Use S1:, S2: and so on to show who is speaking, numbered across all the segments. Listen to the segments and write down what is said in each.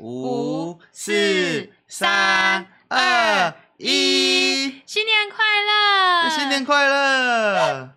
S1: 五、四、三、二、一，
S2: 新年快乐！
S1: 新年快乐！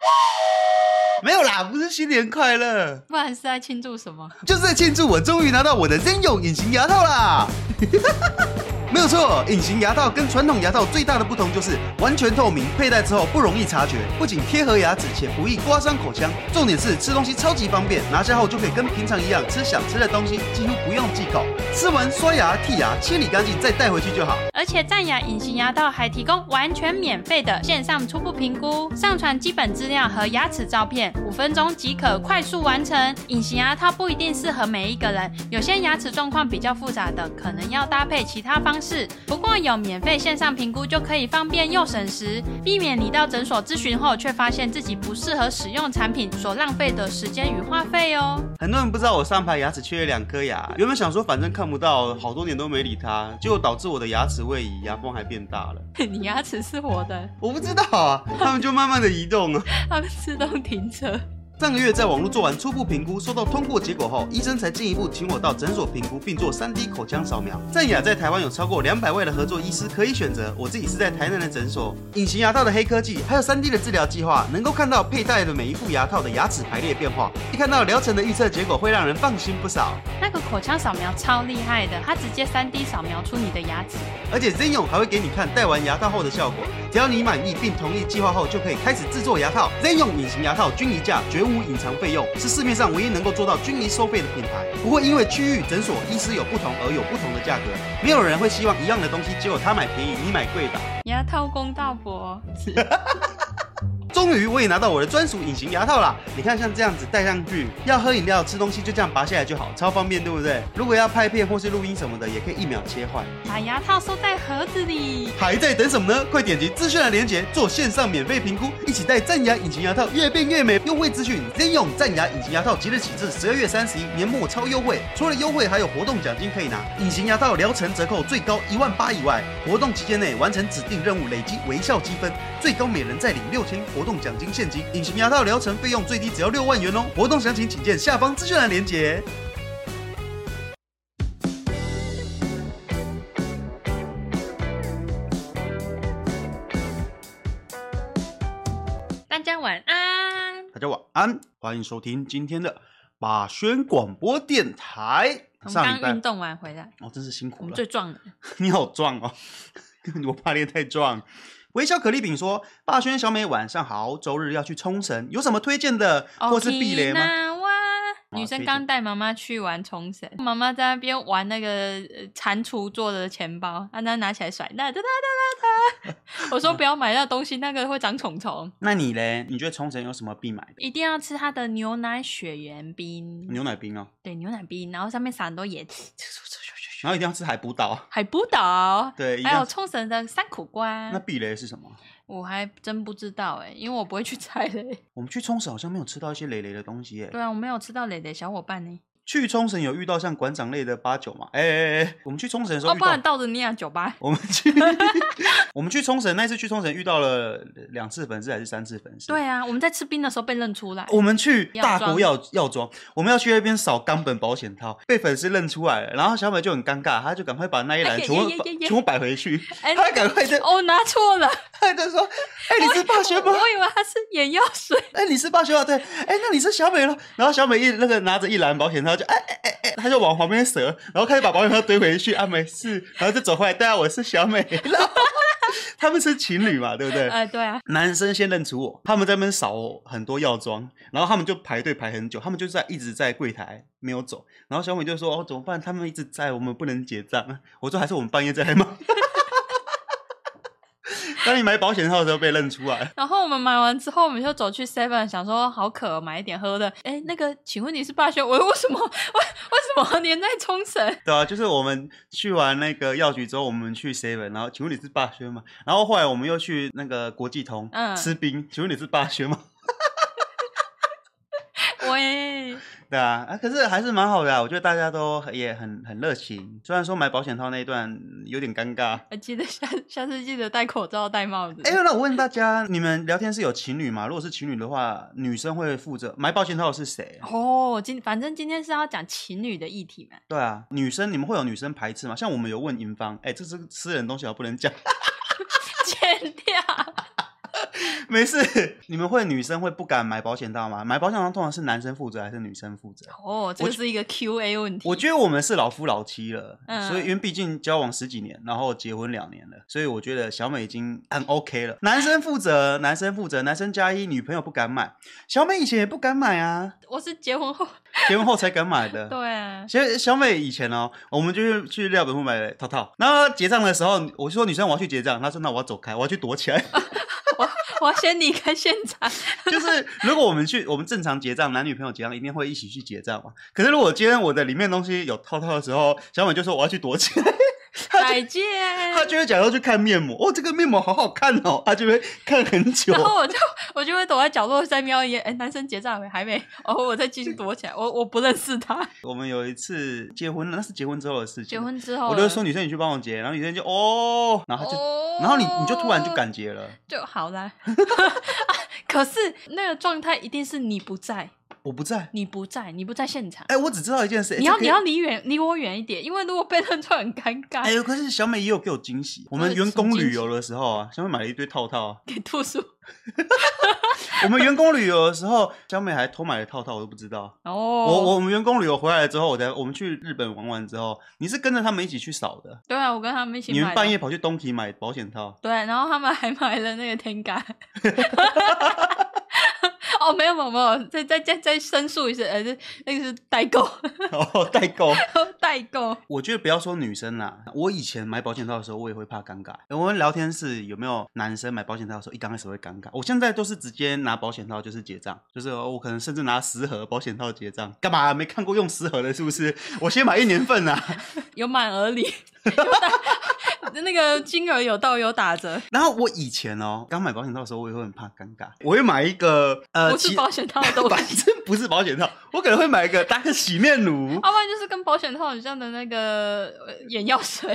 S1: 没有啦，不是新年快乐，
S2: 不然是在庆祝什么？
S1: 就是在庆祝我终于拿到我的 Zenyo 隐形牙套啦！ 没有错，隐形牙套跟传统牙套最大的不同就是完全透明，佩戴之后不容易察觉，不仅贴合牙齿且不易刮伤口腔。重点是吃东西超级方便，拿下后就可以跟平常一样吃想吃的东西，几乎不用忌口。吃完刷牙、剔牙、清理干净再带回去就好。
S2: 而且赞雅隐形牙套还提供完全免费的线上初步评估，上传基本资料和牙齿照片，五分钟即可快速完成。隐形牙套不一定适合每一个人，有些牙齿状况比较复杂的，可能要搭配其他方式。不过有免费线上评估就可以方便又省时，避免你到诊所咨询后却发现自己不适合使用产品所浪费的时间与花费哦。
S1: 很多人不知道我上排牙齿缺了两颗牙，原本想说反正看不到，好多年都没理它，结果导致我的牙齿位移，牙缝还变大了。
S2: 你牙齿是活的，
S1: 我不知道啊，它们就慢慢的移动啊。
S2: 它们自动停车。
S1: 上个月在网络做完初步评估，收到通过结果后，医生才进一步请我到诊所评估，并做 3D 口腔扫描。赞雅在台湾有超过两百位的合作医师可以选择，我自己是在台南的诊所。隐形牙套的黑科技，还有 3D 的治疗计划，能够看到佩戴的每一副牙套的牙齿排列变化，一看到疗程的预测结果，会让人放心不少。
S2: 那个口腔扫描超厉害的，它直接 3D 扫描出你的牙齿。
S1: 而且 Zenyo 还会给你看戴完牙套后的效果，只要你满意并同意计划后，就可以开始制作牙套。Zenyo 隐形牙套均一价，绝无隐藏费用，是市面上唯一能够做到均一收费的品牌。不会因为区域、诊所、医师有不同而有不同的价格，没有人会希望一样的东西，结果他买便宜，你买贵吧。
S2: 牙套公道伯，
S1: 终于我也拿到我的专属隐形牙套啦！你看像这样子戴上去，要喝饮料、吃东西就这样拔下来就好，超方便，对不对？如果要拍片或是录音什么的，也可以一秒切换。
S2: 把牙套收在盒子里。
S1: 还在等什么呢？快点击资讯栏连接，做线上免费评估，一起带赞牙隐形牙套越变越美。优惠资讯：先用赞牙隐形牙套即日起至十二月三十一年末超优惠，除了优惠还有活动奖金可以拿。隐形牙套疗程折扣最高一万八以外，活动期间内完成指定任务累积微笑积分，最高每人再领六千活动奖金现金。隐形牙套疗程费用最低只要六万元哦。活动详情请见下方资讯栏连接。
S2: 大家晚安。
S1: 大家晚安，欢迎收听今天的马轩广播电台。
S2: 我
S1: 上
S2: 们
S1: 礼
S2: 刚运
S1: 拜
S2: 动完回来，
S1: 哦，真是辛
S2: 我
S1: 苦
S2: 们
S1: 了
S2: 嗯最。壮的。
S1: 你好壮哦， 我怕练太壮。微笑可丽饼说：“霸轩小美晚上好，周日要去冲绳，有什么推荐的
S2: 哦
S1: 或是避雷吗？
S2: 吗？女生刚带妈妈去玩冲绳，妈妈在那边玩那个呃蟾蜍做的钱包，她那拿起来甩，那哒哒 哒哒哒。我说不要买那东西，那个会长虫虫，
S1: 那你嘞？你觉得冲绳有什么必买的？
S2: 一定要吃它的牛奶雪原冰。
S1: 牛奶冰哦，
S2: 对，牛奶冰，然后上面撒很多盐，
S1: 然后一定要吃海捕岛。
S2: 海不岛，
S1: 啊对，一定
S2: 还
S1: 要
S2: 有冲绳的山苦瓜
S1: 那。避雷是什么？
S2: 我还真不知道哎、因为我不会去猜嘞。
S1: 我们去冲绳好像没有吃到一些雷雷的东西耶。
S2: 对啊，我没有吃到蕾蕾小伙伴呢、
S1: 去冲绳有遇到像馆长类的八九嘛？哎哎哎，我们去冲绳的时候
S2: 哦，
S1: 遇
S2: 不
S1: 到
S2: 然倒着念酒吧。
S1: 我们去， 我们去冲绳那次去冲绳遇到了两次粉丝还是哦三次粉丝？
S2: 对啊，我们在吃冰的时候被认出来。
S1: 我们去
S2: 药
S1: 大
S2: 妆
S1: 国药药妆，我们要去那边扫冈本保险套，被粉丝认出来了，然后小美就很尴尬，她就赶快把那一
S2: 哎
S1: 栏
S2: 呀
S1: 全部
S2: 呀呀
S1: 把
S2: 呀呀
S1: 全部摆回去，
S2: 哎
S1: 她赶快在，
S2: 哦，拿错 了，
S1: 她就说：“哎，你是霸轩
S2: 我
S1: 吗？
S2: 以为它是眼药水。
S1: 哎，你是霸轩吗？对，哎，那你是小美了。”然后小美一那个拿着一篮保险套就哎哎哎哎，她就往旁边折，然后开始把保险套堆回去，啊没事，然后就走回来，对啊，我是小美。然后 他们是情侣嘛，对不对？
S2: 呃，对啊，
S1: 男生先认出我，他们在那边扫很多药妆，然后他们就排队排很久，他们就在一直在柜台没有走，然后小美就说：“哦，怎么办？他们一直在，我们不能结账。”啊我说：“还是我们半夜再来买。” 当你买保险套的时候被认出来，
S2: 然后我们买完之后，我们就走去 Seven，想说好渴哦，买一点喝的。哎，那个，请问你是霸轩？我为什么 为为什么连在冲绳？
S1: 对啊，就是我们去完那个药局之后，我们去 Seven，然后请问你是霸轩吗？然后后来我们又去那个国际通、
S2: 嗯
S1: 吃冰，请问你是霸轩吗？
S2: 喂，
S1: 对啊，啊，可是还是蛮好的啊，我觉得大家都很也很很热情。虽然说买保险套那一段有点尴尬。
S2: 呃记得下下次记得戴口罩、戴帽子。
S1: 哎、那我问大家，你们聊天是有情侣吗？如果是情侣的话，女生会负责买保险套的是谁？啊
S2: 哦，今反正今天是要讲情侣的议题嘛。
S1: 对啊，女生你们会有女生排斥吗？像我们有问银芳，哎、这是私人东西啊，不能讲。
S2: 剪掉。
S1: 没事， 你们会女生会不敢买保险套吗？买保险套通常是男生负责还是女生负责？
S2: 哦，这
S1: 我
S2: 个是一个 Q&A 问题。
S1: 我觉得我们是老夫老妻了，
S2: 嗯
S1: 所以因为毕竟交往十几年，然后结婚两年了，所以我觉得小美已经很 OK 了。男生负责，男生负责，男生加一，女朋友不敢买，小美以前也不敢买啊，
S2: 我是 结婚后，
S1: 结婚后才敢买的。
S2: 对啊，
S1: 其实小美以前哦，我们就是去料本铺买套套，然后结账的时候，我说女生我要去结账，她说那我要走开，我要去躲起来。
S2: 我我要先离开现场。
S1: 就是如果我们去我们正常结账，男女朋友结账一定会一起去结账嘛。可是如果今天我的里面东西有套套的时候，小美就说我要去躲起来，
S2: 再 见。
S1: 她就会假装去看面膜，哦，这个面膜好好看哦， 她就会看很久
S2: 然。后我就我就会躲在角落再瞄一眼，哎，男生结账了没？还没，哦，我再继续躲起来，我我不认识他。
S1: 我们有一次结婚了，那是结婚之后的事情。
S2: 结，婚之后，
S1: 我就说，女生你去帮我结，然后女生就哦，然后她就，
S2: 哦、
S1: 然后你你就突然就敢结了。
S2: 就 好啦。 啊可是那个状态一定是你不在，
S1: 我不在，
S2: 你不在，你不在现场。
S1: 哎，我只知道一件事，哎
S2: 你要
S1: 这可
S2: 你
S1: 以
S2: 要离远离我远一点，因为如果被认出来很尴尬，
S1: 哎呦，可是小美也有给我惊喜。我们
S2: 对
S1: 员
S2: 什么
S1: 工
S2: 哦惊
S1: 旅
S2: 喜
S1: 游的时候啊，小美买了一堆套套啊，
S2: 给吐出。
S1: 我们员工旅游的时候，小美还偷买了套套，我都不知道。
S2: 哦，
S1: 我我们员工旅游回来之后，我才我们去日本玩完之后，你是跟着他们一起去扫的，
S2: 对啊，我跟他们一起
S1: 你
S2: 买
S1: 们
S2: 的
S1: 半夜跑去东体买保险套，
S2: 对，然后他们还买了那个天感。 哦，没有没有没有，再再再再申诉一下，呃，这那个是代购，
S1: 然后代购。
S2: 代购。
S1: 我觉得不要说女生啦，我以前买保险套的时候，我也会怕尴尬。我们聊天室有没有男生买保险套的时候，一刚开始会尴尬。我现在都是直接拿保险套就是结账，就是哦我可能甚至拿十盒保险套结账。干嘛啊没看过用十盒的？是不是？我先买一年份啊。
S2: 有满额礼，有打 那个金额有到有打折，
S1: 然后我以前哦，刚买保险套的时候，我也会很怕尴尬，我会买一个呃，
S2: 不是
S1: 其
S2: 保险 套的东
S1: 反
S2: 西。
S1: 正不是保险套，我可能会买一个搭个洗面乳，
S2: 要不然就是跟保险套很像的那个呃眼药 水，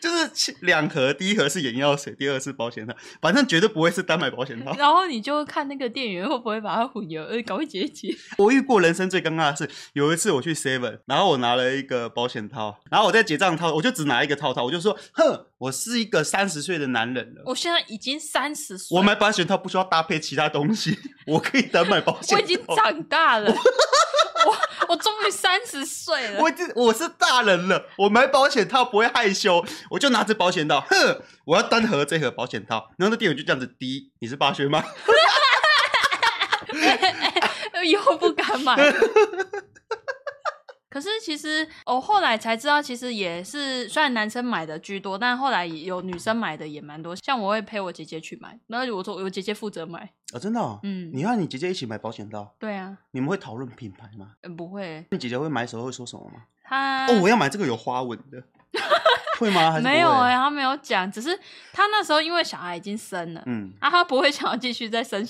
S1: 就是其两盒，第一盒是眼药水，第二盒是保险套，反正绝对不会是单买保险套。
S2: 然后你就看那个店员会不会把它混油，呃，搞一结一结。
S1: 我遇过人生最尴尬的是，有一次我去 Seven，然后我拿了一个保险套，然后我在结账套，我就只拿一个套套，我就说，哼，我是一个三十岁的男人了。
S2: 我现在已经三十岁，
S1: 我买保险套不需要搭配其他东西， 我可以单买保险
S2: 我
S1: 套。
S2: 已经长大了，我我终于三十岁了
S1: 我。这我是大人了，我买保险套不会害羞，我就拿着保险套，哼，我要单盒这盒保险套，然后那店员就这样子滴，你是霸轩吗？
S2: 嗯 以后不敢 买。可是其实我、后来才知道，其实也是虽然男生买的居多，但后来有女生买的也蛮多。像我会陪我姐姐去买，然后我说我姐姐负责买，
S1: 哦，真的、哦，
S2: 嗯，
S1: 你和你姐姐一起买保险套，
S2: 对啊，
S1: 你们会讨论品牌吗？
S2: 嗯不会，
S1: 你姐姐会买的时候会说什么吗？
S2: 她、
S1: 哦，我要买这个有花纹的，会吗？还是不会
S2: 没有哎、她没有讲，只是她那时候因为小孩已经生了。
S1: 嗯，
S2: 啊，她不会想要继续再生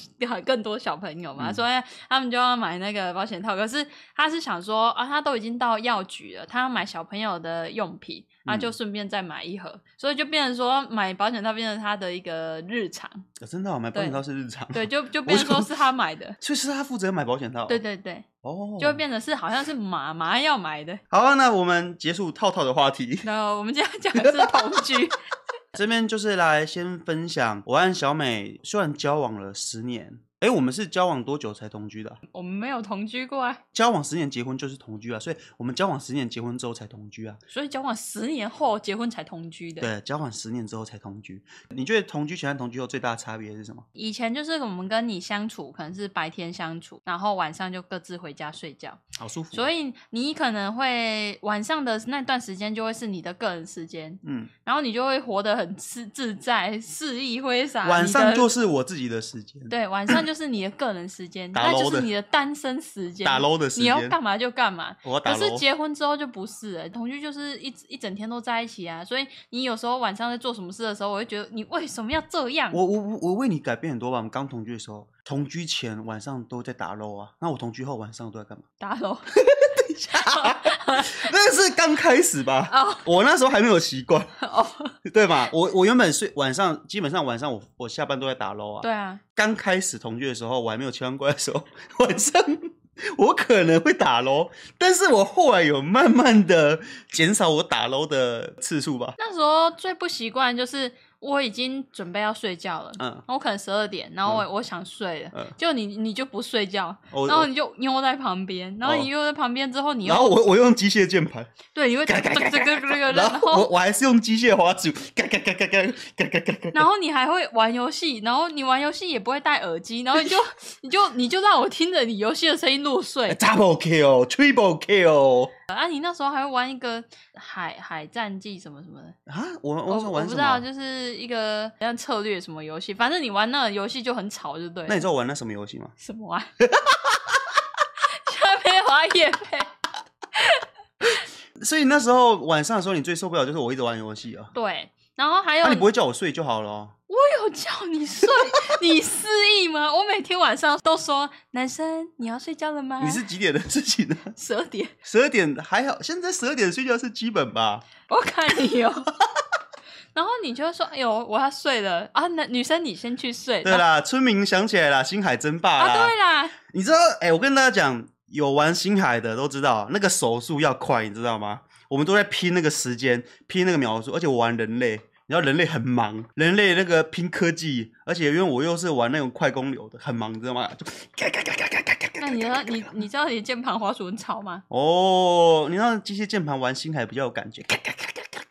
S2: 更多小 朋友嘛，
S1: 嗯
S2: 所以他们就要买那个保险套。可是她是想说啊，她都已经到药局了，她要买小朋友的用品，啊，
S1: 嗯
S2: 就顺便再买一盒，所以就变成说买保险套变成她的一个日常，
S1: 哦真的、哦，买保险套是日常，
S2: 对，，就就变成说是她 买的，
S1: 所以是她负责买保险套，
S2: 对，对对，
S1: 哦，
S2: 就会变成是好像是妈妈要买的。
S1: 好，啊那我们结束套套的话题。
S2: 然后我们今天讲的是同居，
S1: 这边就是来先分享，我和小美虽然交往了十年，哎，我们是交往多久才同居的啊？
S2: 我们没有同居过啊，
S1: 交往十年结婚就是同居啊，所以我们交往十年结婚之后才同居啊。
S2: 所以交往十年后结婚才同居的。
S1: 对，交往十年之后才同居。你觉得同居前和同居后最大的差别是什么？
S2: 以前就是我们跟你相处，可能是白天相处，然后晚上就各自回家睡觉，
S1: 好舒服。哦
S2: 所
S1: 以，
S2: 以你可能会晚上的那段时间就会是你的个人时间，
S1: 嗯，
S2: 然后你就会活得很自自在，肆意挥洒。
S1: 晚
S2: 啊你
S1: 上
S2: 的
S1: 就是我自己的时间，
S2: 对，晚上就是你的个人时间，
S1: 打
S2: 那
S1: 捞
S2: 就是
S1: 的
S2: 你的单身时间，
S1: 打捞的时
S2: 你要
S1: 间。
S2: 干嘛就干嘛。
S1: 我要打
S2: 可是
S1: 捞。
S2: 结婚之后就不是了，同居就是一直一整天都在一起啊，所以你有时候晚上在做什么事的时候，我会觉得你为什么要这样？
S1: 我我我我为你改变很多吧。我们刚同居的时候，同居前晚上都在打 LO 啊，那我同居后晚上都在干嘛？
S2: 打喽。
S1: 那个是刚开始吧？
S2: 哦
S1: 我那时候还没有习惯，
S2: 哦，
S1: 对吧？我我原本睡晚上，基本上晚上我我下班都在打 LO 啊。
S2: 对，啊，
S1: 刚开始同居的时候，我还没有切换过来的时候， 晚上我可能会打 LO，但是我后来有慢慢的减少我打 LO 的次数吧。
S2: 那时候最不习惯就是我已经准备要睡觉了，
S1: 嗯，
S2: 我可能十二点，然后我、我想睡了，
S1: 嗯
S2: 就你你就不睡觉，
S1: 我
S2: 然后
S1: 我
S2: 你就悠在旁边，然后你
S1: 哦
S2: 悠在旁边之后，你又
S1: 然后我我用机械键盘，
S2: 对，你会这
S1: 嘎
S2: 个
S1: 嘎嘎
S2: 这个这个，
S1: 然
S2: 然
S1: 后我
S2: 后
S1: 我还是用机械滑鼠，嘎嘎嘎嘎嘎嘎嘎嘎嘎。
S2: 然后你还会玩游戏，然后你玩游戏也不会戴耳机，然 后你就你就你就让我听着你游戏的声音入睡。
S1: Double kill, triple kill
S2: 啊，你那时候还会玩一个海海战记什么什么的，
S1: 啊！我我
S2: 我
S1: 说
S2: 我
S1: 玩
S2: 不
S1: 什
S2: 知道，
S1: 么？啊
S2: 就是一个像策略什么游戏，反正你玩那个游戏就很吵，就对了。
S1: 那你知道我玩那什么游戏吗？
S2: 什么啊？ 下面滑叶配，
S1: 所以那时候晚上的时候，你最受不了就是我一直玩游戏啊。
S2: 对，啊然后还有、
S1: 那、你不会叫我睡就好了哦、
S2: 我有叫 你睡，你失忆吗？我每天晚上都说，男生你要睡觉了吗？
S1: 你是几点的事情呢？
S2: 十二点，
S1: 十二点还好，现在十二点睡觉是基本吧？
S2: 我看 你哦。然后你就会说，哎呦，我要睡了啊！男女生你先去睡。
S1: 对啦，村民想起来啦，星海争霸
S2: 然后。
S1: 啦。
S2: 啊，对啦，
S1: 你知道，哎、我跟大家讲，有玩星海的都知道，那个手速要快，你知道吗？我们都在拼那个时间，拼那个秒数，而且我玩人类，你知道人类很忙，人类那个拼科技，而且因为我又是玩那种快攻流的，很忙，你知道吗？就嘎嘎嘎嘎嘎嘎嘎嘎
S2: 那你知道你你知道你的键盘滑鼠很吵吗？
S1: 哦，你让机械键盘玩星海比较有感觉，嘎嘎嘎嘎嘎嘎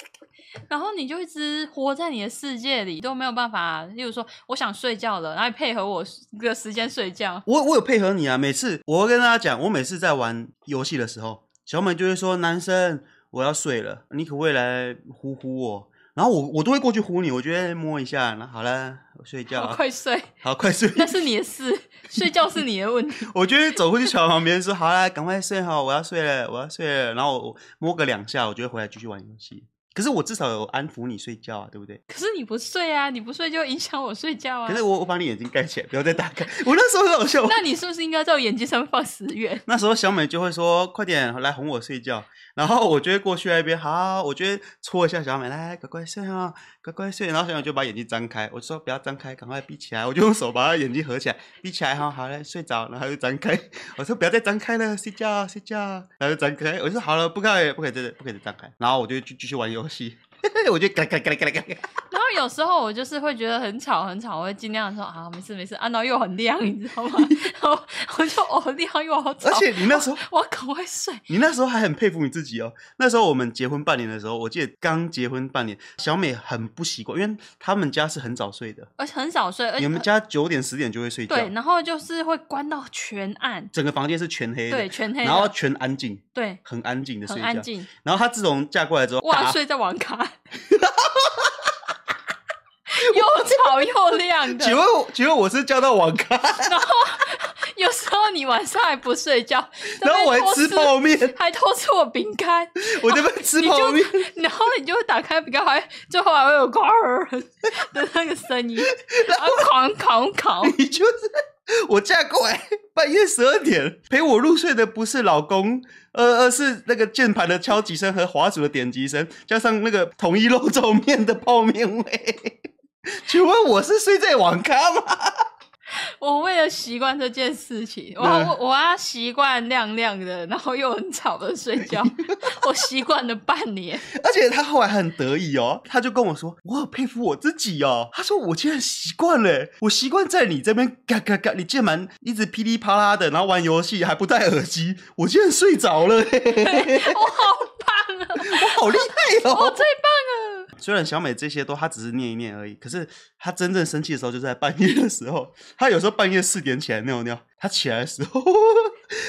S2: 然后你就一直活在你的世界里，都没有办法。例如说，我想睡觉了，然后你配合我的时间睡觉。
S1: 我我有配合你啊，每次我会跟大家讲，我每次在玩游戏的时候，小美就会说：“男生，我要睡了，你可不可以来呼呼我？”然后我我都会过去呼你，我就会摸一下，然后好了，我睡觉
S2: 我
S1: 了，
S2: 快睡，
S1: 好快睡。
S2: 那是你的事，睡觉是你的问题。
S1: 我就会走过去床旁边说：“好啦，赶快睡哈，我要睡了，我要睡了。”然后我我摸个两下，我就会回来继续玩游戏。可是我至少有安抚你睡觉啊，对不对？
S2: 可是你不睡啊，你不睡就影响我睡觉啊
S1: 可。是我我把你眼睛盖起来，不要再打开。 我那时候很好笑，
S2: 那你是不是应该在我眼睛上面放十元？
S1: 那时候小美就会说：“快点来哄我睡觉。”然后我就会过去那边，好，我就会戳一下小美，来，乖乖睡啊，乖乖睡。然后小美就把眼睛张开，我就说：“不要张开，赶快闭起来。”我就用手把她眼睛合起来，闭起来哈，好嘞，睡着。然后她就张开，我说：“不要再张开了，睡觉，睡觉。”然后就张开，我就说：“好了，不可以，不可以再，不可以再张开。”然后我就继继续玩游戏， 我就嘎嘎嘎嘎嘎嘎。
S2: 然后有时候我就是会觉得很吵很吵，我会尽量说啊，没事没事，啊，然后又很亮， 你知道吗？然后我就 哦亮又好吵，
S1: 而且你那时候
S2: 我要赶快睡。
S1: 你那时候还很佩服你自己哦。那时候我们结婚半年的时候，我记得刚结婚半年，小美很不习惯，因为他们家是很早睡的，
S2: 而且很少睡，而
S1: 你
S2: 且
S1: 们家九点十点就会睡觉
S2: 呃对，，然后就是会关到全暗，
S1: 整个房间是全黑的，
S2: 对，全黑的，
S1: 然后全安静，
S2: 对，
S1: 很安静的睡
S2: 很
S1: 觉。
S2: 安静。
S1: 然后她自从嫁过来之后，
S2: 哇，
S1: 打
S2: 睡在网 咖，又吵又亮的
S1: 请。问我请问我是嫁到网 咖，
S2: 有时候你晚上还不睡觉，
S1: 然后我还吃
S2: 在那边偷
S1: 泡面，
S2: 还偷吃我饼干，
S1: 我这边 吃
S2: 你
S1: 泡面，
S2: 就然后你就打开饼干，还最后还会有呱儿的那个声 音，然后狂狂狂。
S1: 你就是我嫁过来半夜十二点陪我入睡的不是老公，呃，而是那个键盘的敲击声和滑鼠的点击声，加上那个统一肉皱面的泡面味。 请问我是睡在网咖吗？
S2: 我为了习惯这件事情，我
S1: 嗯
S2: 我我要习惯亮亮的，然后又很吵的睡觉， 我习惯了半年。
S1: 而且他后来很得意哦，他就跟我说：“我很佩服我自己哦。”他说：“我竟然习惯了，欸我习惯在你这边嘎嘎嘎，你键盘一直噼里啪啦的，然后玩游戏还不戴耳机，我竟然睡着了，嘿
S2: 我好棒啊！
S1: 我好厉害 哦！”
S2: 我最棒了！
S1: 虽然小美这些都她只是念一念而已，可是她真正生气的时候就是在半夜的时候。她有时候半夜四点起来尿尿，她起来的时候，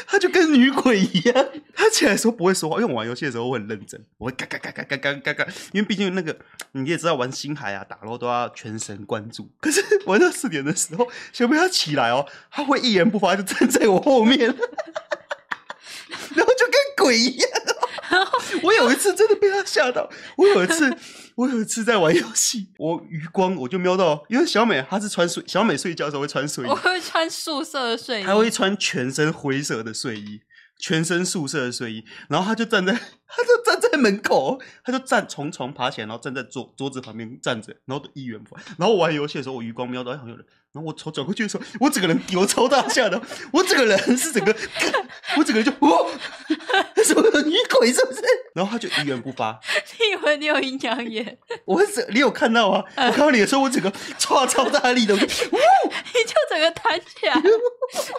S1: 她就跟女鬼一样。她起来的时候不会说话，因为我玩游戏的时候我很认真，我会嘎嘎嘎嘎嘎嘎嘎嘎，因为毕竟那个你也知道玩星海啊打捞都要全神贯注。可是玩到四点的时候，小美她起来哦，她会一言不发就站在我后面， 然哦后就跟鬼一样。我有一次真的被他吓到，我有一次我有一次在玩游戏，我余光我就瞄到，因为小美她是穿睡，小美睡觉的时候会穿睡衣
S2: 我，会穿宿舍的睡衣，
S1: 她会穿全身灰色的睡衣，全身素色的睡衣，然后她就站在， 她就站在门口，她就站从床爬起来，然后站在桌桌子旁边站着，然后一言不发。然后我玩游戏的时候，我余光瞄到哎好像有人，然后我头转过去的时候，我整个人油超大下的， 我整个人是整个， 我整个人就哦，什么女鬼是不是？然后她就一言不发。
S2: 你以为你有阴阳眼？
S1: 我是你有看到啊？我看到你的时候，我整个唰超大力的，我就
S2: 你就整个弹起来，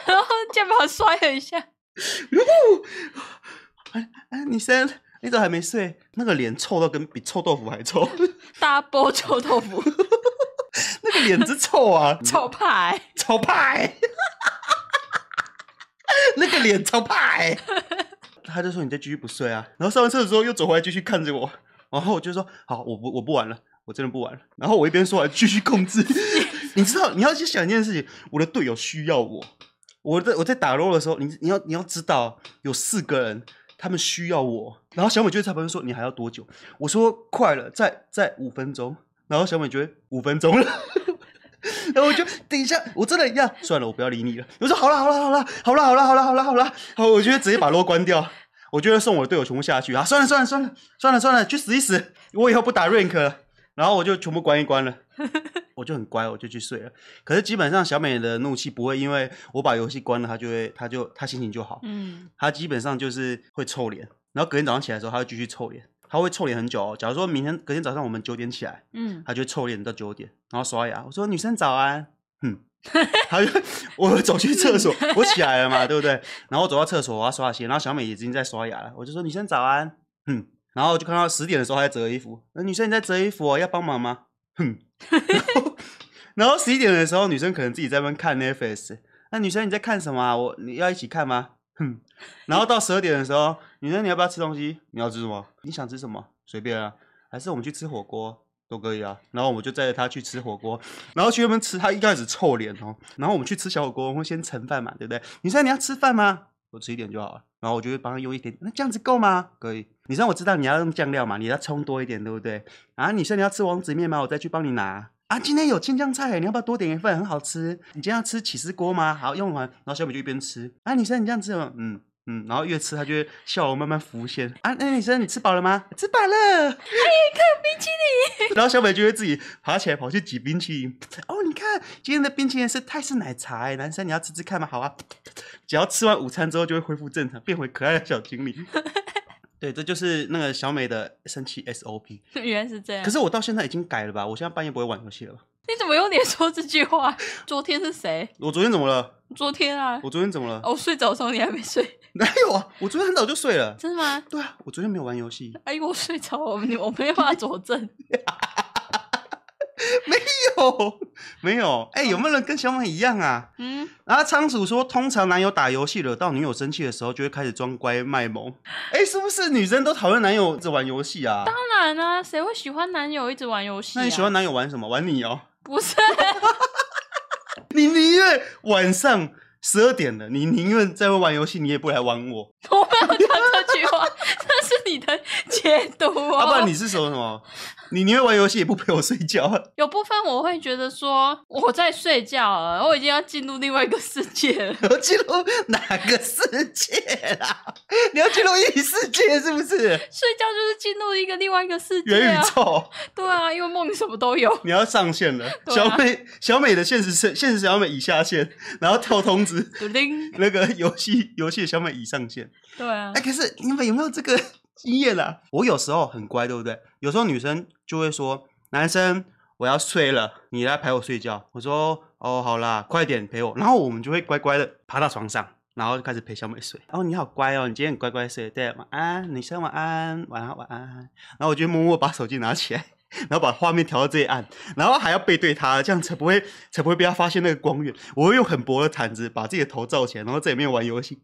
S2: 然后肩膀摔了一下。
S1: 哎哎，你先，你怎么还没睡？那个脸臭到跟比臭豆腐还臭，
S2: double 臭 豆腐，
S1: 那个脸之臭啊，
S2: 臭派、
S1: 超派， 那个脸超派。他就说你再继续不睡啊，然后上完厕所之后又走回来继续看着我，然后我就说好，我不我不玩了，我真的不玩了。然后我一边说还继续控制，你知道你要去想一件事情，我的队友需要我，我在我在打 roll 的时候，你你要你要知道有四个人。他们需要我，然后小美就会在旁边说：“你还要多久？”我说：“快了，再再五分钟。”然后小美觉得五分钟了， 然后我就等一下，我真的要算了，我不要理你了。我说好了，好了，好了，好了，好了，好了，好了，好了，好，我觉得直接把撸关掉，我觉得送我的队友全部下去啊！算了，算了，算了，算了，算了，去死一死！我以后不打 rank 了，然后我就全部关一关了。我就很乖，我就去睡了。可是基本上小美的怒气不会因为我把游戏关了，她就会，她就她心情就好。
S2: 嗯，
S1: 他基本上就是会臭脸，然后隔天早上起来的时候，他会继续臭脸，他会臭脸很久哦。假如说明天隔天早上我们九点起来，
S2: 嗯，
S1: 他就会臭脸到九点，然后刷牙。我说女生早安，哼，他就我走去厕所，我起来了嘛，对不对？然后我走到厕所，我要刷鞋，然后小美已经在刷牙了，我就说女生早安，哼，然后就看到十点的时候还在折衣服，那女生你在折衣服、哦，要帮忙吗？哼，然后十一点的时候，女生可能自己在那边看 Netflix，那女生你在看什么、啊？我你要一起看吗？哼，然后到十二点的时候，女生你要不要吃东西？你要吃什么？你想吃什么？随便啊，还是我们去吃火锅？都可以啊。然后我们就载着他去吃火锅，然后去那边吃，他一开始臭脸哦。然后我们去吃小火锅，我们会先盛饭嘛，对不对？你说你要吃饭吗？我吃一点就好了。然后我就会帮他用一点，那这样子够吗？可以。你让我知道你要用酱料嘛，你要冲多一点，对不对？啊，你说你要吃王子面吗？我再去帮你拿。啊，今天有青酱菜，你要不要多点一份？很好吃。你今天要吃起司锅吗？好，用完，然后小美就一边吃。啊，女生你这样吃吗，嗯嗯，然后越吃她就会笑容慢慢浮现。啊，那女生你吃饱了吗？吃饱了。
S2: 冰淇淋，
S1: 然后小美就会自己爬起来跑去挤冰淇淋。哦，你看今天的冰淇淋是泰式奶茶欸，男生你要吃吃看吗？好啊，只要吃完午餐之后就会恢复正常，变回可爱的小精灵。对，这就是那个小美的生气 SOP。
S2: 原来是这样
S1: 可。是我到现在已经改了吧？我现在半夜不会玩游戏了吧。
S2: 你怎么用脸说这句话？ 昨天是谁？
S1: 我昨天怎么了？
S2: 昨天啊，
S1: 我昨天怎么了？
S2: 哦，睡着的时候你还没睡，
S1: 哪有啊？我昨天很早就睡了。
S2: 真的吗？
S1: 对啊，我昨天没有玩游戏，
S2: 哎呦，我睡着，我们我没办法佐证。
S1: 没有，没有。哎、有没有人跟小美一样啊？
S2: 嗯，
S1: 然后仓鼠说，通常男友打游戏惹到女友生气的时候，就会开始装乖卖萌。哎，是不是女生都讨厌男友只玩游戏啊？
S2: 当然啦、谁会喜欢男友一直玩游戏、啊？
S1: 那你喜欢？男友玩什么？玩你哦。
S2: 不是，啊
S1: 你宁愿晚上十二点了，你宁愿在外玩游戏，你也不来玩我。
S2: 我没有讲这句 话，这是你的解读哦。
S1: 要、啊不然你是说什么？你宁愿玩游戏也不陪我睡觉 啊？
S2: 有部分我会觉得说我在睡觉了，我已经要进入另外一个世界了。
S1: 你要进入哪个世界啦？你要进入异世界是不是？
S2: 睡觉就是进入一个另外一个世界
S1: 元
S2: 啊
S1: 宇，宙，
S2: 对啊，因为梦里什么都有。
S1: 你要上线了。
S2: 对啊
S1: 小美，小美的现实是现实小美已下线，然后跳通知。
S2: 嘟铃，
S1: 那个游戏游戏的小美已上线。
S2: 对啊
S1: 哎、，可是你们有没有这个 经验啊？我有时候很乖，对不对？有时候女生就会说：“男生，我要睡了，你来陪我睡觉。”我说：“哦，好啦，快点陪我。”然后我们就会乖乖的爬到床上。然后就开始陪小美睡。哦，你好乖哦，你今天很乖乖睡，对，晚安，女生晚安，晚安晚安。然后我就默默把手机拿起来， 然后把画面调到最暗，然后还要背对他，这样才不会才不会被他发现那个光源。我会用很薄的毯子把自己的头罩起来，然后在里面玩游戏，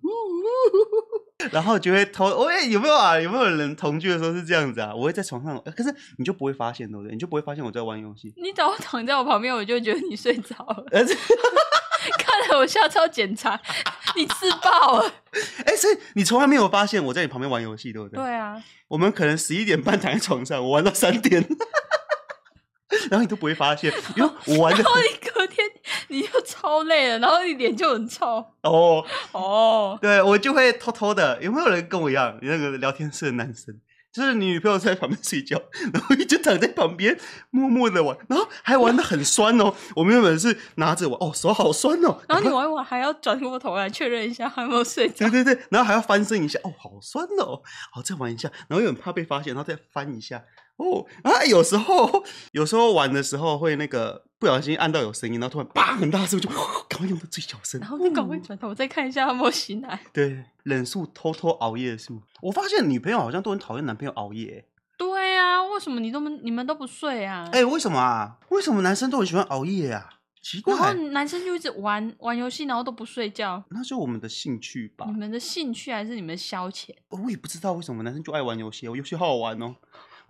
S1: 然后就会偷。喂、有没有啊？有没有人同居的时候是这样子啊？我会在床上，呃可是你就不会发现，对不对？你就不会发现我在玩游戏。呃
S2: 你只要躺在我旁边，我就觉得你睡着了。
S1: 而且，
S2: 看来我下次要检查， 你自爆了。
S1: 哎、所以你从来没有 发现我在你旁边玩游戏，对不对？
S2: 对啊，
S1: 我们可能十一点半躺在床上，我玩到三点， 然后你都不会发现，因为我玩的
S2: 然后你隔天你就超累了，然后你脸就很臭。
S1: 哦，
S2: 哦，
S1: 对我就会偷偷的，有没有人跟我一样？那个聊天室的男生，就是你女朋友在旁边睡觉，然后你就躺在旁边默默的玩，然后还玩的很酸哦。我们原本是拿着玩，哦，手好酸哦，
S2: 然后你玩一玩还要转过头来确认一下还有没有睡着
S1: 对。对对，然后还要翻身一下，哦，好酸哦，好再玩一下，然后又很怕被发现，然后再翻一下，哦，啊，有时候有时候玩的时候会那个不小心按到有声音，然后突然叭很大声，我就 哦赶快用到最小声，
S2: 然后你赶快转头再看一下有没有醒来。
S1: 对忍术偷偷熬夜是吗？我发现女朋友好像都很讨厌男朋友熬夜，
S2: 对啊，为什么你都没你们都不睡啊？
S1: 哎、为什么啊？为什么男生都很喜欢熬夜啊？奇怪
S2: 然，后男生就一直玩玩游戏，然后都不睡觉。
S1: 那就我们的兴趣吧哦
S2: 你。们的兴趣还是你们的消遣？
S1: 我也不知道为什么男生就爱玩游戏，游戏好好玩哦。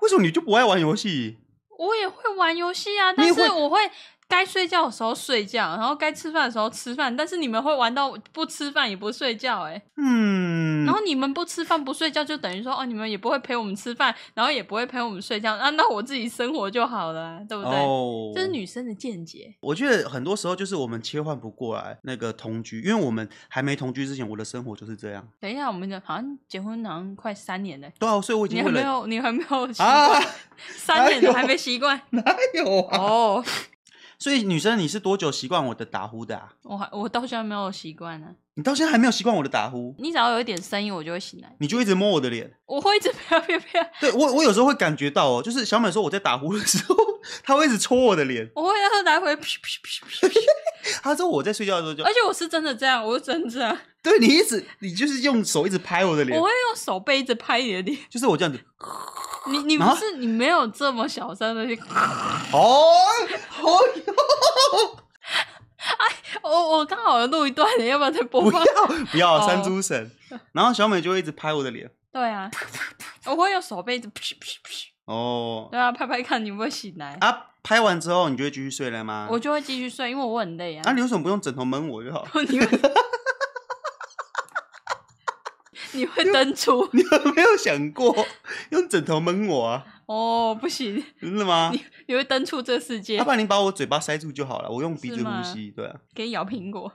S1: 为什么你就不爱玩游戏？
S2: 我也会玩游戏啊，
S1: 你
S2: 但
S1: 也
S2: 是
S1: 会
S2: 我会该睡觉的时候睡觉，然后该吃饭的时候吃饭。但是你们会玩到不吃饭也不睡觉、欸，哎、
S1: 嗯，
S2: 然后你们不吃饭不睡觉，就等于说哦，你们也不会陪我们吃饭，然后也不会陪我们睡觉，啊，那我自己生活就好了啊、对不对？
S1: 哦，
S2: 这是女生的见解。
S1: 我觉得很多时候就是我们切换不过来那个同居，因为我们还没同居之前，我的生活就是这样。
S2: 等一下，我们的好像结婚好像快三年了、
S1: 对啊，所以我已
S2: 你
S1: 经
S2: 还
S1: 为
S2: 没
S1: 了
S2: 有，你还没有习
S1: 啊
S2: 惯，，三年了
S1: 哎呦
S2: 还没习惯。
S1: 哪有啊？
S2: 哦，
S1: 所以女生，你是多久习惯我的打呼的啊？
S2: 我还我到现在没有习惯呢。
S1: 你到现在还没有习惯我的打呼，
S2: 你只要有一点声音，我就会醒来。
S1: 你就一直摸我的脸。
S2: 我会一直啪啪啪，
S1: 对我，我有时候会感觉到哦，就是小美说我在打呼的时候，她会一直戳我的脸。
S2: 我会来回啪啪啪啪啪。
S1: 她说我在睡觉的时候就
S2: 而且我是真的这样，我是真的这样，
S1: 对你一直，你就是用手一直拍我的脸
S2: 我，会用手背一直拍你的脸。
S1: 就是我这样子。
S2: 你你不
S1: 啊
S2: 是你没有这么小声的去。
S1: 哦，哦，
S2: 我我刚好有录一段，你要不要再播
S1: 不
S2: 放？
S1: 要不要
S2: 哦
S1: 山猪神。然后小美就会一直拍我的脸。
S2: 对啊，我会用手背一直啪啪啪。
S1: 哦，
S2: 对啊，拍拍看你会不会醒来，
S1: 啊，拍完之后你就会继续睡了吗？
S2: 我就会继续睡，因为我很累啊。
S1: 啊，你为什么不用枕头闷我就好？
S2: 你会你会登出
S1: 你有没有想过用枕头闷我啊？
S2: 哦，不行，
S1: 真的吗？啊
S2: 你你会登出这世界
S1: 要，不然你把我嘴巴塞住就好了，我用鼻
S2: 是
S1: 子
S2: 吗
S1: 呼吸，对啊，
S2: 给你咬苹果。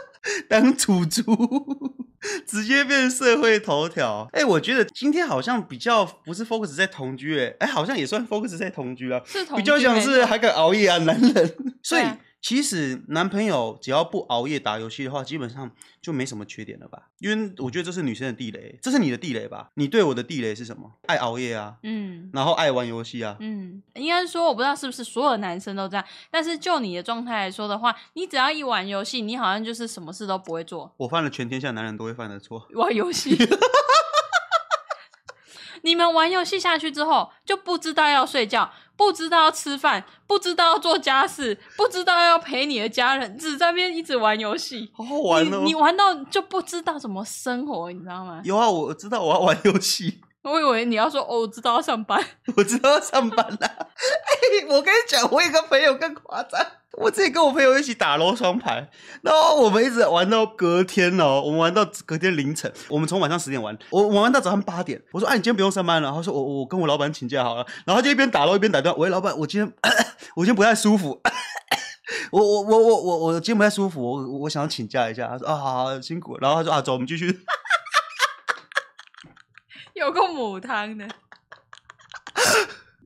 S1: 当土猪，直接变社会头条。哎、我觉得今天好像比较不是 focus 在同居、哎，哎，好像也算 focus 在同居啊，
S2: 是同
S1: 比较
S2: 居
S1: 像
S2: 没
S1: 是
S2: 错
S1: 还敢熬夜啊，男人。所以
S2: 对啊
S1: 其实男朋友只要不熬夜打游戏的话，基本上就没什么缺点了吧？因为我觉得这是女生的地雷，这是你的地雷吧？你对我的地雷是什么？爱熬夜啊，
S2: 嗯
S1: 然后爱玩游戏啊。
S2: 嗯，应该是说我不知道是不是所有的男生都这样，但是就你的状态来说的话，你只要一玩游戏，你好像就是什么事都不会做，
S1: 我犯了全天下男人都会犯的错。
S2: 玩游戏。 你们玩游戏下去之后，就不知道要睡觉，不知道要吃饭，不知道要做家事，不知道要陪你的家人，只在那边一直玩游戏。
S1: 好好玩哦！
S2: 你你玩到就不知道怎么生活，你知道吗？
S1: 有啊，我知道我要玩游戏，
S2: 我以为你要说哦，我知道要上班，
S1: 我知道要上班啦、哎、我跟你讲，我有个朋友更夸张，我之前跟我朋友一起打捞双排，然后我们一直玩到隔天哦，我们玩到隔天凌晨，我们从晚上十点玩，我我玩到早上八点。我说，哎、你今天不用上班了。他说，我我跟我老板请假好了。然后他就一边打捞一边打断，喂，老板，我今天 我今天不太舒服。 我我我我我我今天不太舒服，我我想要请假一下。他说啊，好好辛苦了。然后他说啊，走，我们继续。
S2: 有个母汤的，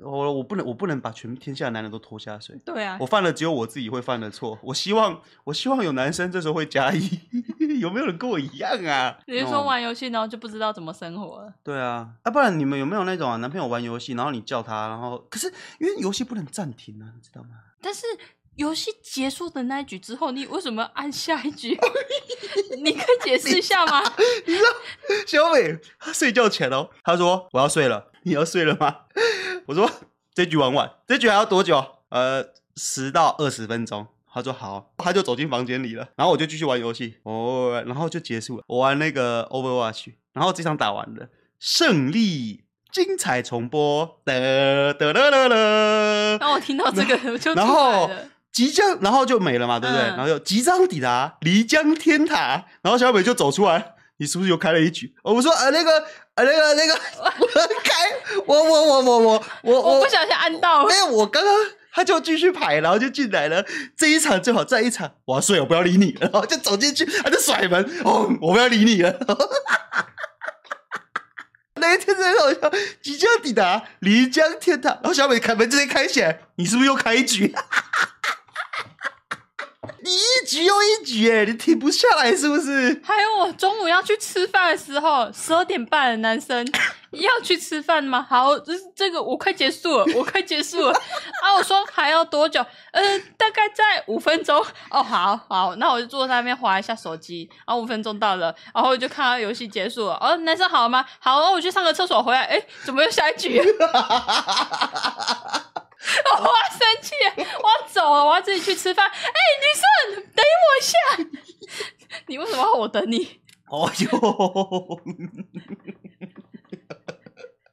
S1: 我我不能我不能把全天下的男人都拖下水，
S2: 对啊
S1: 我，犯了只有我自己会犯的错。我希望我希望有男生这时候会加一， 有没有人跟我一样啊？
S2: 你是说
S1: 哦
S2: 玩游戏然后就不知道怎么生活了？
S1: 对啊，啊，不然你们有没有那种啊，男朋友玩游戏，然后你叫他，然后可是因为游戏不能暂停啊，你知道吗？
S2: 但是游戏结束的那一局之后，你为什么要按下一局？ 你可以解释一下 吗？
S1: 小美她睡觉前哦，她说我要睡了，你要睡了吗？ 我说这局玩完，这局还要多久？呃，十到二十分钟。她说好，她就走进房间里了，然后我就继续玩游戏，哦，然后就结束了。我玩那个 Overwatch，然后这场打完了，胜利，精彩重播，得得得得得。
S2: 然后我听到这个我就出
S1: 然
S2: 来
S1: 后
S2: 了。
S1: 即将，然后就没了嘛，对不对？
S2: 嗯
S1: 然后就即将抵达漓江天塔，然后小美就 走出来，你是不是又开了一局？哦我说呃那个呃那个那个，我要开，我我我我我我
S2: 我不小心按到了
S1: 没。有，我刚刚他就继续排，然后就进来了。这一场最好再一场，我要睡，我不要理你，然后就走进去，他就甩门，哦，我不要理你了。 那一天真的很好笑，即将抵达漓江天堂，然后小美开门直接开起来，你是不是又开一局？ 你一局又一局，哎，你停不下来是不是？
S2: 还有我中午要去吃饭的时候，十二点半的男生 要去吃饭吗？好，这这个我快结束了，我快结束了。啊，我说还要多久？呃，大概在五分钟。哦，好好，那我就坐在那边划一下手机。然后五分钟到了，然后我就看到游戏结束了。哦，男生好了吗？好，哦我去上个厕所回来，哎，怎么又下一局？我要生气，啊我要走了，我要自己去吃饭。哎、女生，等我一下。你为什么要我等你？
S1: 哦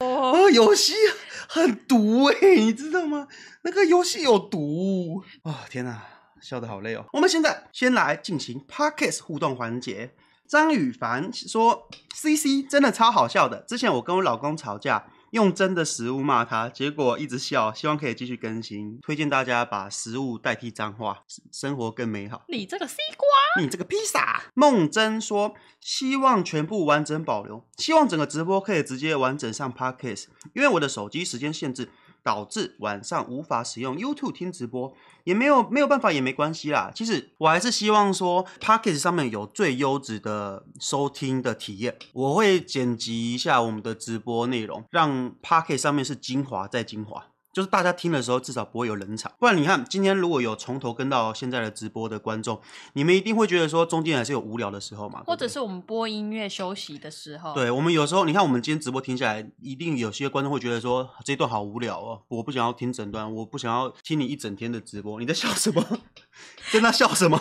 S1: 哟，哦，游戏很毒哎、你知道吗？那个游戏有毒啊、天哪，笑得好累哦。我们现在先来进行 Podcast 互动环节。张宇凡说：“CC 真的超好笑的。之前我跟我老公吵架，用真的食物骂他，结果一直笑。希望可以继续更新，推荐大家把食物代替脏话，生活更美好。”
S2: 你这个西瓜，
S1: 你这个披萨！梦真说希望全部完整保留，希望整个直播可以直接完整上 Podcast，因为我的手机时间限制，导致晚上无法使用 YouTube 听直播，也没有没有办法也没关系啦。其实我还是希望说 Podcast 上面有最优质的收听的体验，我会剪辑一下我们的直播内容，让 Podcast 上面是精华再精华。就是大家听的时候至少不会有冷场，不然你看今天如果有从头跟到现在的直播的观众，你们一定会觉得说中间还是有无聊的时候嘛，对不
S2: 或者
S1: 对
S2: 是我们播音乐休息的时候，，
S1: 对我们有时候，你看我们今天直播听下来，一定有些观众会觉得说这一段好无聊哦，我不想要听整段，我不想要听你一整天的直播，你在笑什么？ 在那笑什么？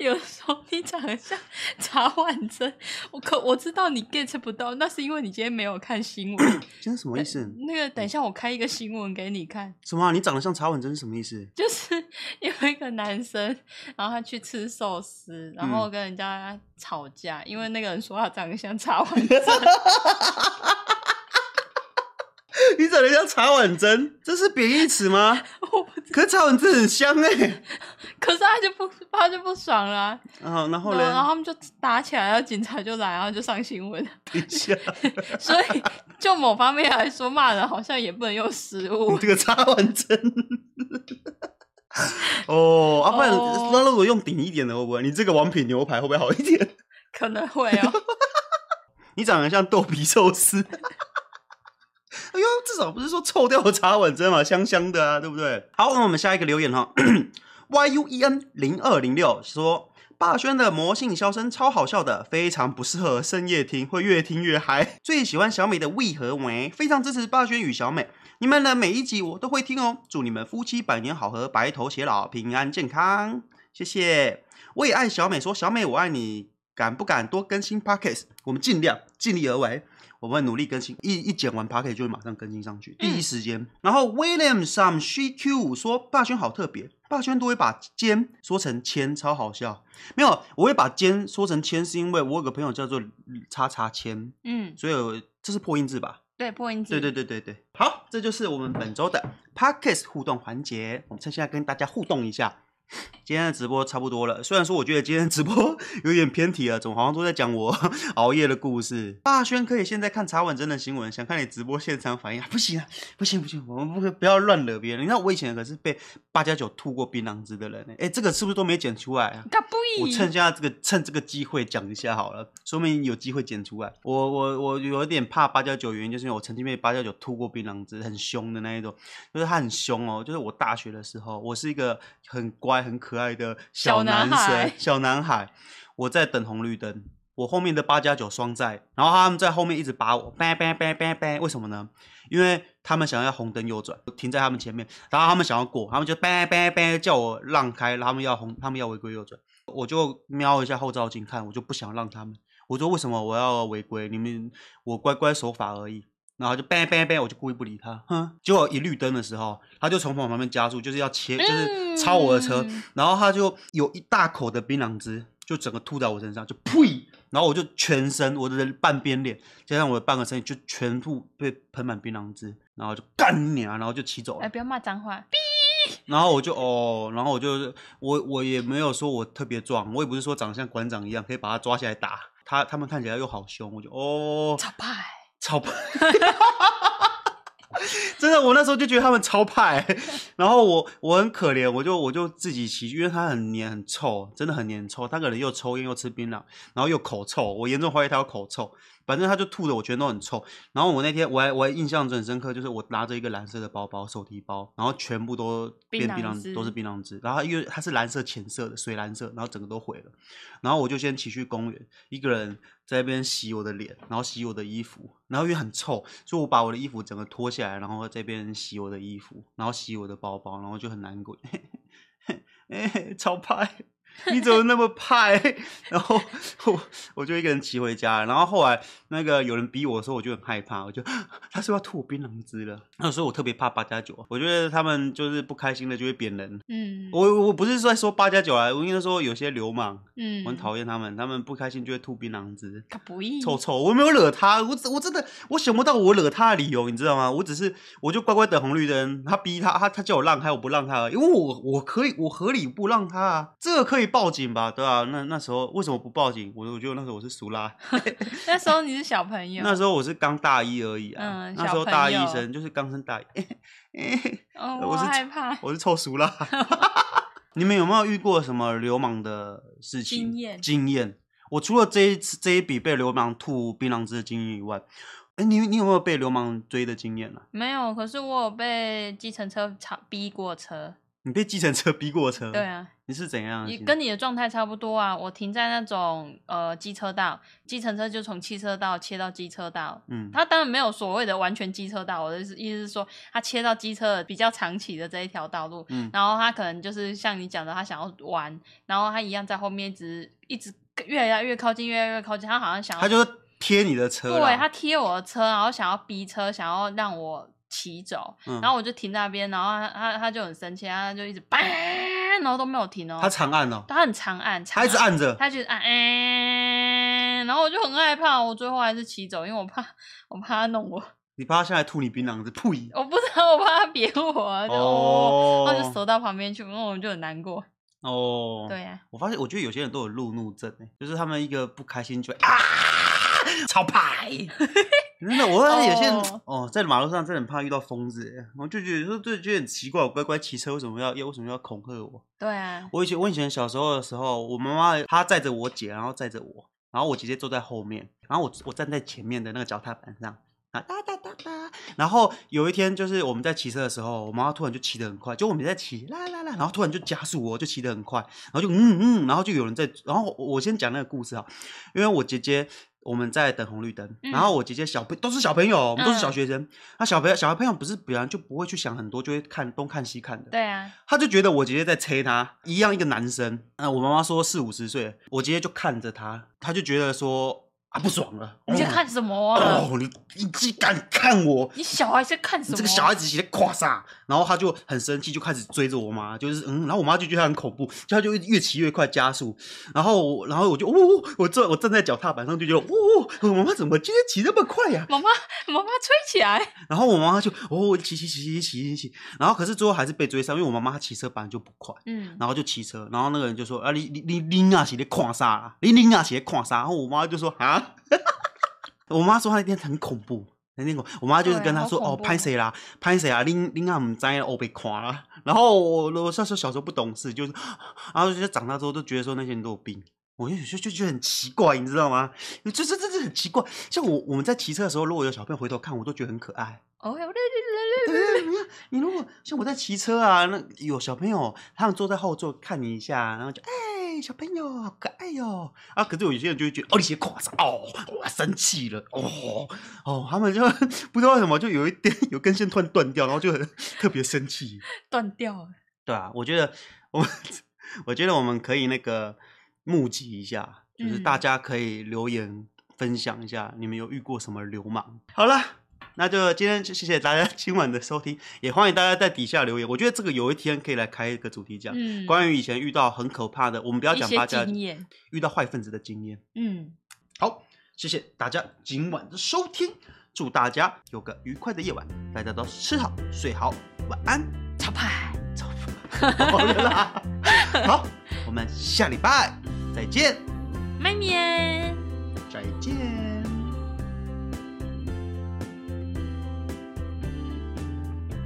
S2: 有时候你长得像茶碗蒸，我可我知道你 get 不到，那是因为你今天没有看新闻。
S1: 今天什么意思？
S2: 那个，等一下我开一个新闻给你看，
S1: 什么啊、你长得像茶碗蒸是什么意思？
S2: 就是有一个男生，然后他去吃寿司，然
S1: 嗯
S2: 后跟人家吵架，因为那个人说他长得像茶碗蒸。
S1: 你长得像茶碗蒸，这是贬义词吗？
S2: 我不
S1: 可是茶碗蒸很香哎、欸。
S2: 可是他就不他就不爽了啊、
S1: 然后，然后嘞
S2: 然，后他们就打起来，然后警察就来，然后就上新闻。
S1: 等一下，
S2: 所以就某方面来说，骂人好像也不能用食物
S1: 这个茶碗蒸。哦，啊，不然
S2: 哦
S1: 那如果用顶一点的会不会？你这个王品牛排会不会好一点？
S2: 可能会哦。
S1: 你长得像豆皮寿司。 哎呦，至少不是说臭掉的茶碗蒸嘛，香香的啊，对不对？好，那我们下一个留言哈 ，yuen 零二零六说。霸轩的魔性笑声超好笑的，非常不适合深夜听，会越听越嗨。最喜欢小美的为何为，非常支持霸轩与小美，你们的每一集我都会听哦。祝你们夫妻百年好合，白头偕老，平安健康，谢谢。我也爱小美说，小美我爱你，敢不敢多更新 podcast？我们尽量尽力而为，我们会努力更新，一一剪完 podcast 就会马上更新上去，第一时间。然后 William Sam She Q 说，霸轩好特别，霸轩都会把肩说成千，超好笑。没有，我会把肩说成千，是因为我有个朋友叫做叉叉千，
S2: 嗯，
S1: 所以我这是破音字吧？
S2: 对，破音字，
S1: 对对对对对，好，这就是我们本周的 podcast 互动环节，我们趁现在跟大家互动一下。 今天的直播差不多了，虽然说我觉得今天的直播 有点偏题了，总好像都在讲我 熬夜的故事。霸轩可以现在看茶碗真的新闻，想看你直播现场反应啊！不行啊，不行不行，我们不可不要乱惹别人。你看我以前可是被八加九吐过槟榔汁的人、欸，哎、这个是不是都没剪出来啊？
S2: 嘎不
S1: 我
S2: 一，
S1: 趁现在这个趁这个机会讲一下好了，说明有机会剪出来。我我我有点怕八加九，原因就是因为我曾经被八加九吐过槟榔汁，很凶的那一种，就是他很凶哦。就是我大学的时候，我是一个很乖很可爱的
S2: 小
S1: 男生，
S2: 男孩
S1: 小男孩，我在等红绿灯。我后面的八加九双载，然后他们在后面一直把我，叭叭叭叭叭，为什么呢？因为他们想要红灯右转，停在他们前面，然后他们想要过，他们就叭叭叭叫我让开，他们要红，他们要违规右转，我就瞄一下后照镜看，我就不想让他们，我说为什么我要违规？你们我乖乖守法而已。然后就叭叭叭，我就故意不理他， 哼。结果一绿灯的时候，他就从我旁边加速，就是要切，就是超我的车，
S2: 嗯
S1: 然后他就有一大口的槟榔汁，就整个吐在我身上，就呸！然后我就全身，我的半边脸加上我的半个身体，就全部被喷满槟榔汁，然后就干你啊，然后就骑走
S2: 哎，
S1: 了。
S2: 不要骂脏话，
S1: 然后我就哦，然后我就我我也没有说我特别壮，我也不是说长得像馆长一样可以把他抓起来打。他他们看起来又好凶，我就哦，
S2: 吵派。
S1: 超派， 真的，我那时候就觉得他们超派。然后我我很可怜，我就我就自己骑，因为他很黏很臭，真的很黏很臭。他可能又抽烟又吃槟榔，然后又口臭，我严重怀疑他有口臭。反正他就吐的，我全都很臭。然后我那天我还我还印象很深刻，就是我拿着一个蓝色的包包，手提包，然后全部都变
S2: 槟榔
S1: 槟榔，
S2: 汁
S1: 都是槟榔汁。然后因为它是蓝色浅色的水蓝色，然后整个都毁了。然后我就先骑去公园，一个人在那边洗我的脸，然后洗我的衣服，然后因为很臭，所以我把我的衣服整个脱下来，然后这边洗我的衣服，然后洗我的包包，然后就很难过， 哎，超派，你怎么那么派？然后我我就一个人骑回家了，然后后来那个有人逼我的时候，我就很害怕，我就他是不是要吐我槟榔汁了？那时候我特别怕八加九，啊我觉得他们就是不开心的就会扁人。
S2: 嗯，
S1: 我我不是在说八加九啊，我应该说有些流氓，
S2: 嗯，
S1: 我很讨厌他们，他们不开心就会吐槟榔汁，
S2: 他不易
S1: 臭臭。我没有惹他，我只我真的我想不到我惹他的理由，你知道吗？我只是我就乖乖等红绿灯，他逼他，他他叫我让开，我不让他而已，因为我我可以我合理不让他啊，这个可以报警吧？对啊，那那时候为什么不报警？我我觉得那时候我是俗啦，
S2: 那时候你是小朋 友，
S1: 那时候我是刚大一而已啊，
S2: 嗯
S1: 那
S2: 小
S1: 时候
S2: 朋
S1: 大一
S2: 友
S1: 生就是刚升大一，
S2: 哦，
S1: 我
S2: 我
S1: 是
S2: 害怕。
S1: 我是臭俗 啦。你们有没有遇过什么流氓的事情？
S2: 经验
S1: 经验。我除了这一次这一笔被流氓吐槟榔汁的经验以外，哎，你你有没有被流氓追的经验啊？
S2: 没有，可是我有被计程车吵逼过车。
S1: 你被计程车 逼过车？
S2: 对，啊，
S1: 你是怎样的
S2: 也
S1: 经历？
S2: 跟你的状态差不多啊。我停在那种呃机车道，计程车就从汽车道切到机车道。
S1: 嗯，
S2: 他当然没有所谓的完全机车道，我的意思是说，他切到机车的比较长期的这一条道路，
S1: 嗯
S2: 然后他可能就是像你讲的，他想要玩，然后他一样在后面一直一直越来越靠近，越来越靠近，他好像想要
S1: 他就是贴你的车啦，
S2: 对他贴我的车，然后想要逼车，想要让我骑走，
S1: 嗯
S2: 然后我就停那边，然后他他他就很生气，他就一直叭，然后都没有停哦，
S1: 他长按哦，
S2: 他很长按，长
S1: 他一直，按着，
S2: 他就一直按，嗯然后我就很害怕，我最后还是骑走，因为我怕我怕他弄我，
S1: 你怕他下来吐你槟榔汁，呸！
S2: 我不知道我怕他扁 我，就哦，然后就
S1: 哦
S2: 缩到旁边去，然后我就很难过，
S1: 哦，
S2: 对啊呀、
S1: 我发现，我觉得有些人都有路怒症、欸，就是他们一个不开心就会啊，超派。真的，我发现有些人
S2: 哦
S1: 哦在马路上真的很怕遇到疯子、欸，我就觉得说，就觉得很奇怪，我乖乖骑车为什么要要为什么要恐吓我？
S2: 对啊，
S1: 我以前我以前小时候的时候，我妈妈她载着我姐，然后载着我，然后我姐姐坐在后面，然后我我站在前面的那个脚踏板上。啊哒哒哒哒，然后有一天就是我们在骑车的时候，我妈妈突然就骑得很快，就我们在骑啦啦啦，然后突然就加速我，就骑得很快，然后就嗯嗯，然后就有人在，然后我我先讲那个故事啊，因为我姐姐我们在等红绿灯，
S2: 嗯
S1: 然后我姐姐小朋都是小朋友，我们都是
S2: 嗯
S1: 小学生，那小朋友小朋友不是本来就不会去想很多，就会看东看西看的，
S2: 对啊，
S1: 他就觉得我姐姐在催他，一样一个男生。那我妈妈说四五十岁，我姐姐就看着他，他就觉得说啊不爽了，
S2: 你在看什么
S1: 哦
S2: 啊？
S1: 哦，你你既敢看我，
S2: 你小孩在看什
S1: 你
S2: 么？
S1: 这个小孩子写的夸啥？然后他就很生气，就开始追着我妈，就是嗯，然后我妈就觉得他很恐怖，就他就越骑越快加速，然后我然后我就呜、呜，我站我站在脚踏板上就觉得呜、呜，我妈妈怎么今天骑那么快呀、
S2: 妈妈妈妈吹起来，
S1: 然后我妈妈就哦骑骑骑骑骑骑骑，然后可是最后还是被追上，因为我妈妈她骑车本来就不快。
S2: 嗯，
S1: 然后就骑车，然后那个人就说：“啊，你你你拎啊，是在看啥啊？你拎啊，是在看啥？”然后我妈就说：“啊， 我妈说她那天很恐怖，那天恐我妈就是跟她说：
S2: 对好
S1: 哦，
S2: 恐怖
S1: 拍谁啦，拍谁啊，拎拎啊，唔知哦被看啦。”然后我我那时候小时候不懂事，就是，然后就是长大之后都觉得说那些人都有病。我就就就觉得很奇怪，你知道吗？就这这这很奇怪。像我我们在骑车的时候，如果有小朋友回头看，我都觉得很可爱。
S2: 哦，
S1: 对你看，你如果像我在骑车啊，那有小朋友他们坐在后座看你一下，然后就哎，小朋友好可爱哟、啊！可是有些人就会觉得哦，你鞋垮上哦，我生气了哦哦，他们就 不知道为什么，就有一点有根线突然断掉，然后就很 特别生气。
S2: 断掉了，
S1: 对啊，我觉得我 们我觉得我们可以那个募集一下，就是大
S2: 嗯
S1: 家可以留言分享一下，你们有遇过什么流氓？好了。那就今天就谢谢大家 今晚的收听，也欢迎大家在底下留言。我觉得这个有一天可以来开一个主题讲，
S2: 嗯，
S1: 关于以前遇到很可怕的，我们不要
S2: 一
S1: 讲
S2: 些
S1: 八家
S2: 经验，
S1: 遇到坏分子的经验。
S2: 嗯，
S1: 好，谢谢大家今晚的收听，祝大家有个愉快的夜晚，大家都吃好睡好，晚安，
S2: 超派，
S1: 走吧，好了啦，好，我们下礼拜再见，
S2: 麦面。
S1: 再见。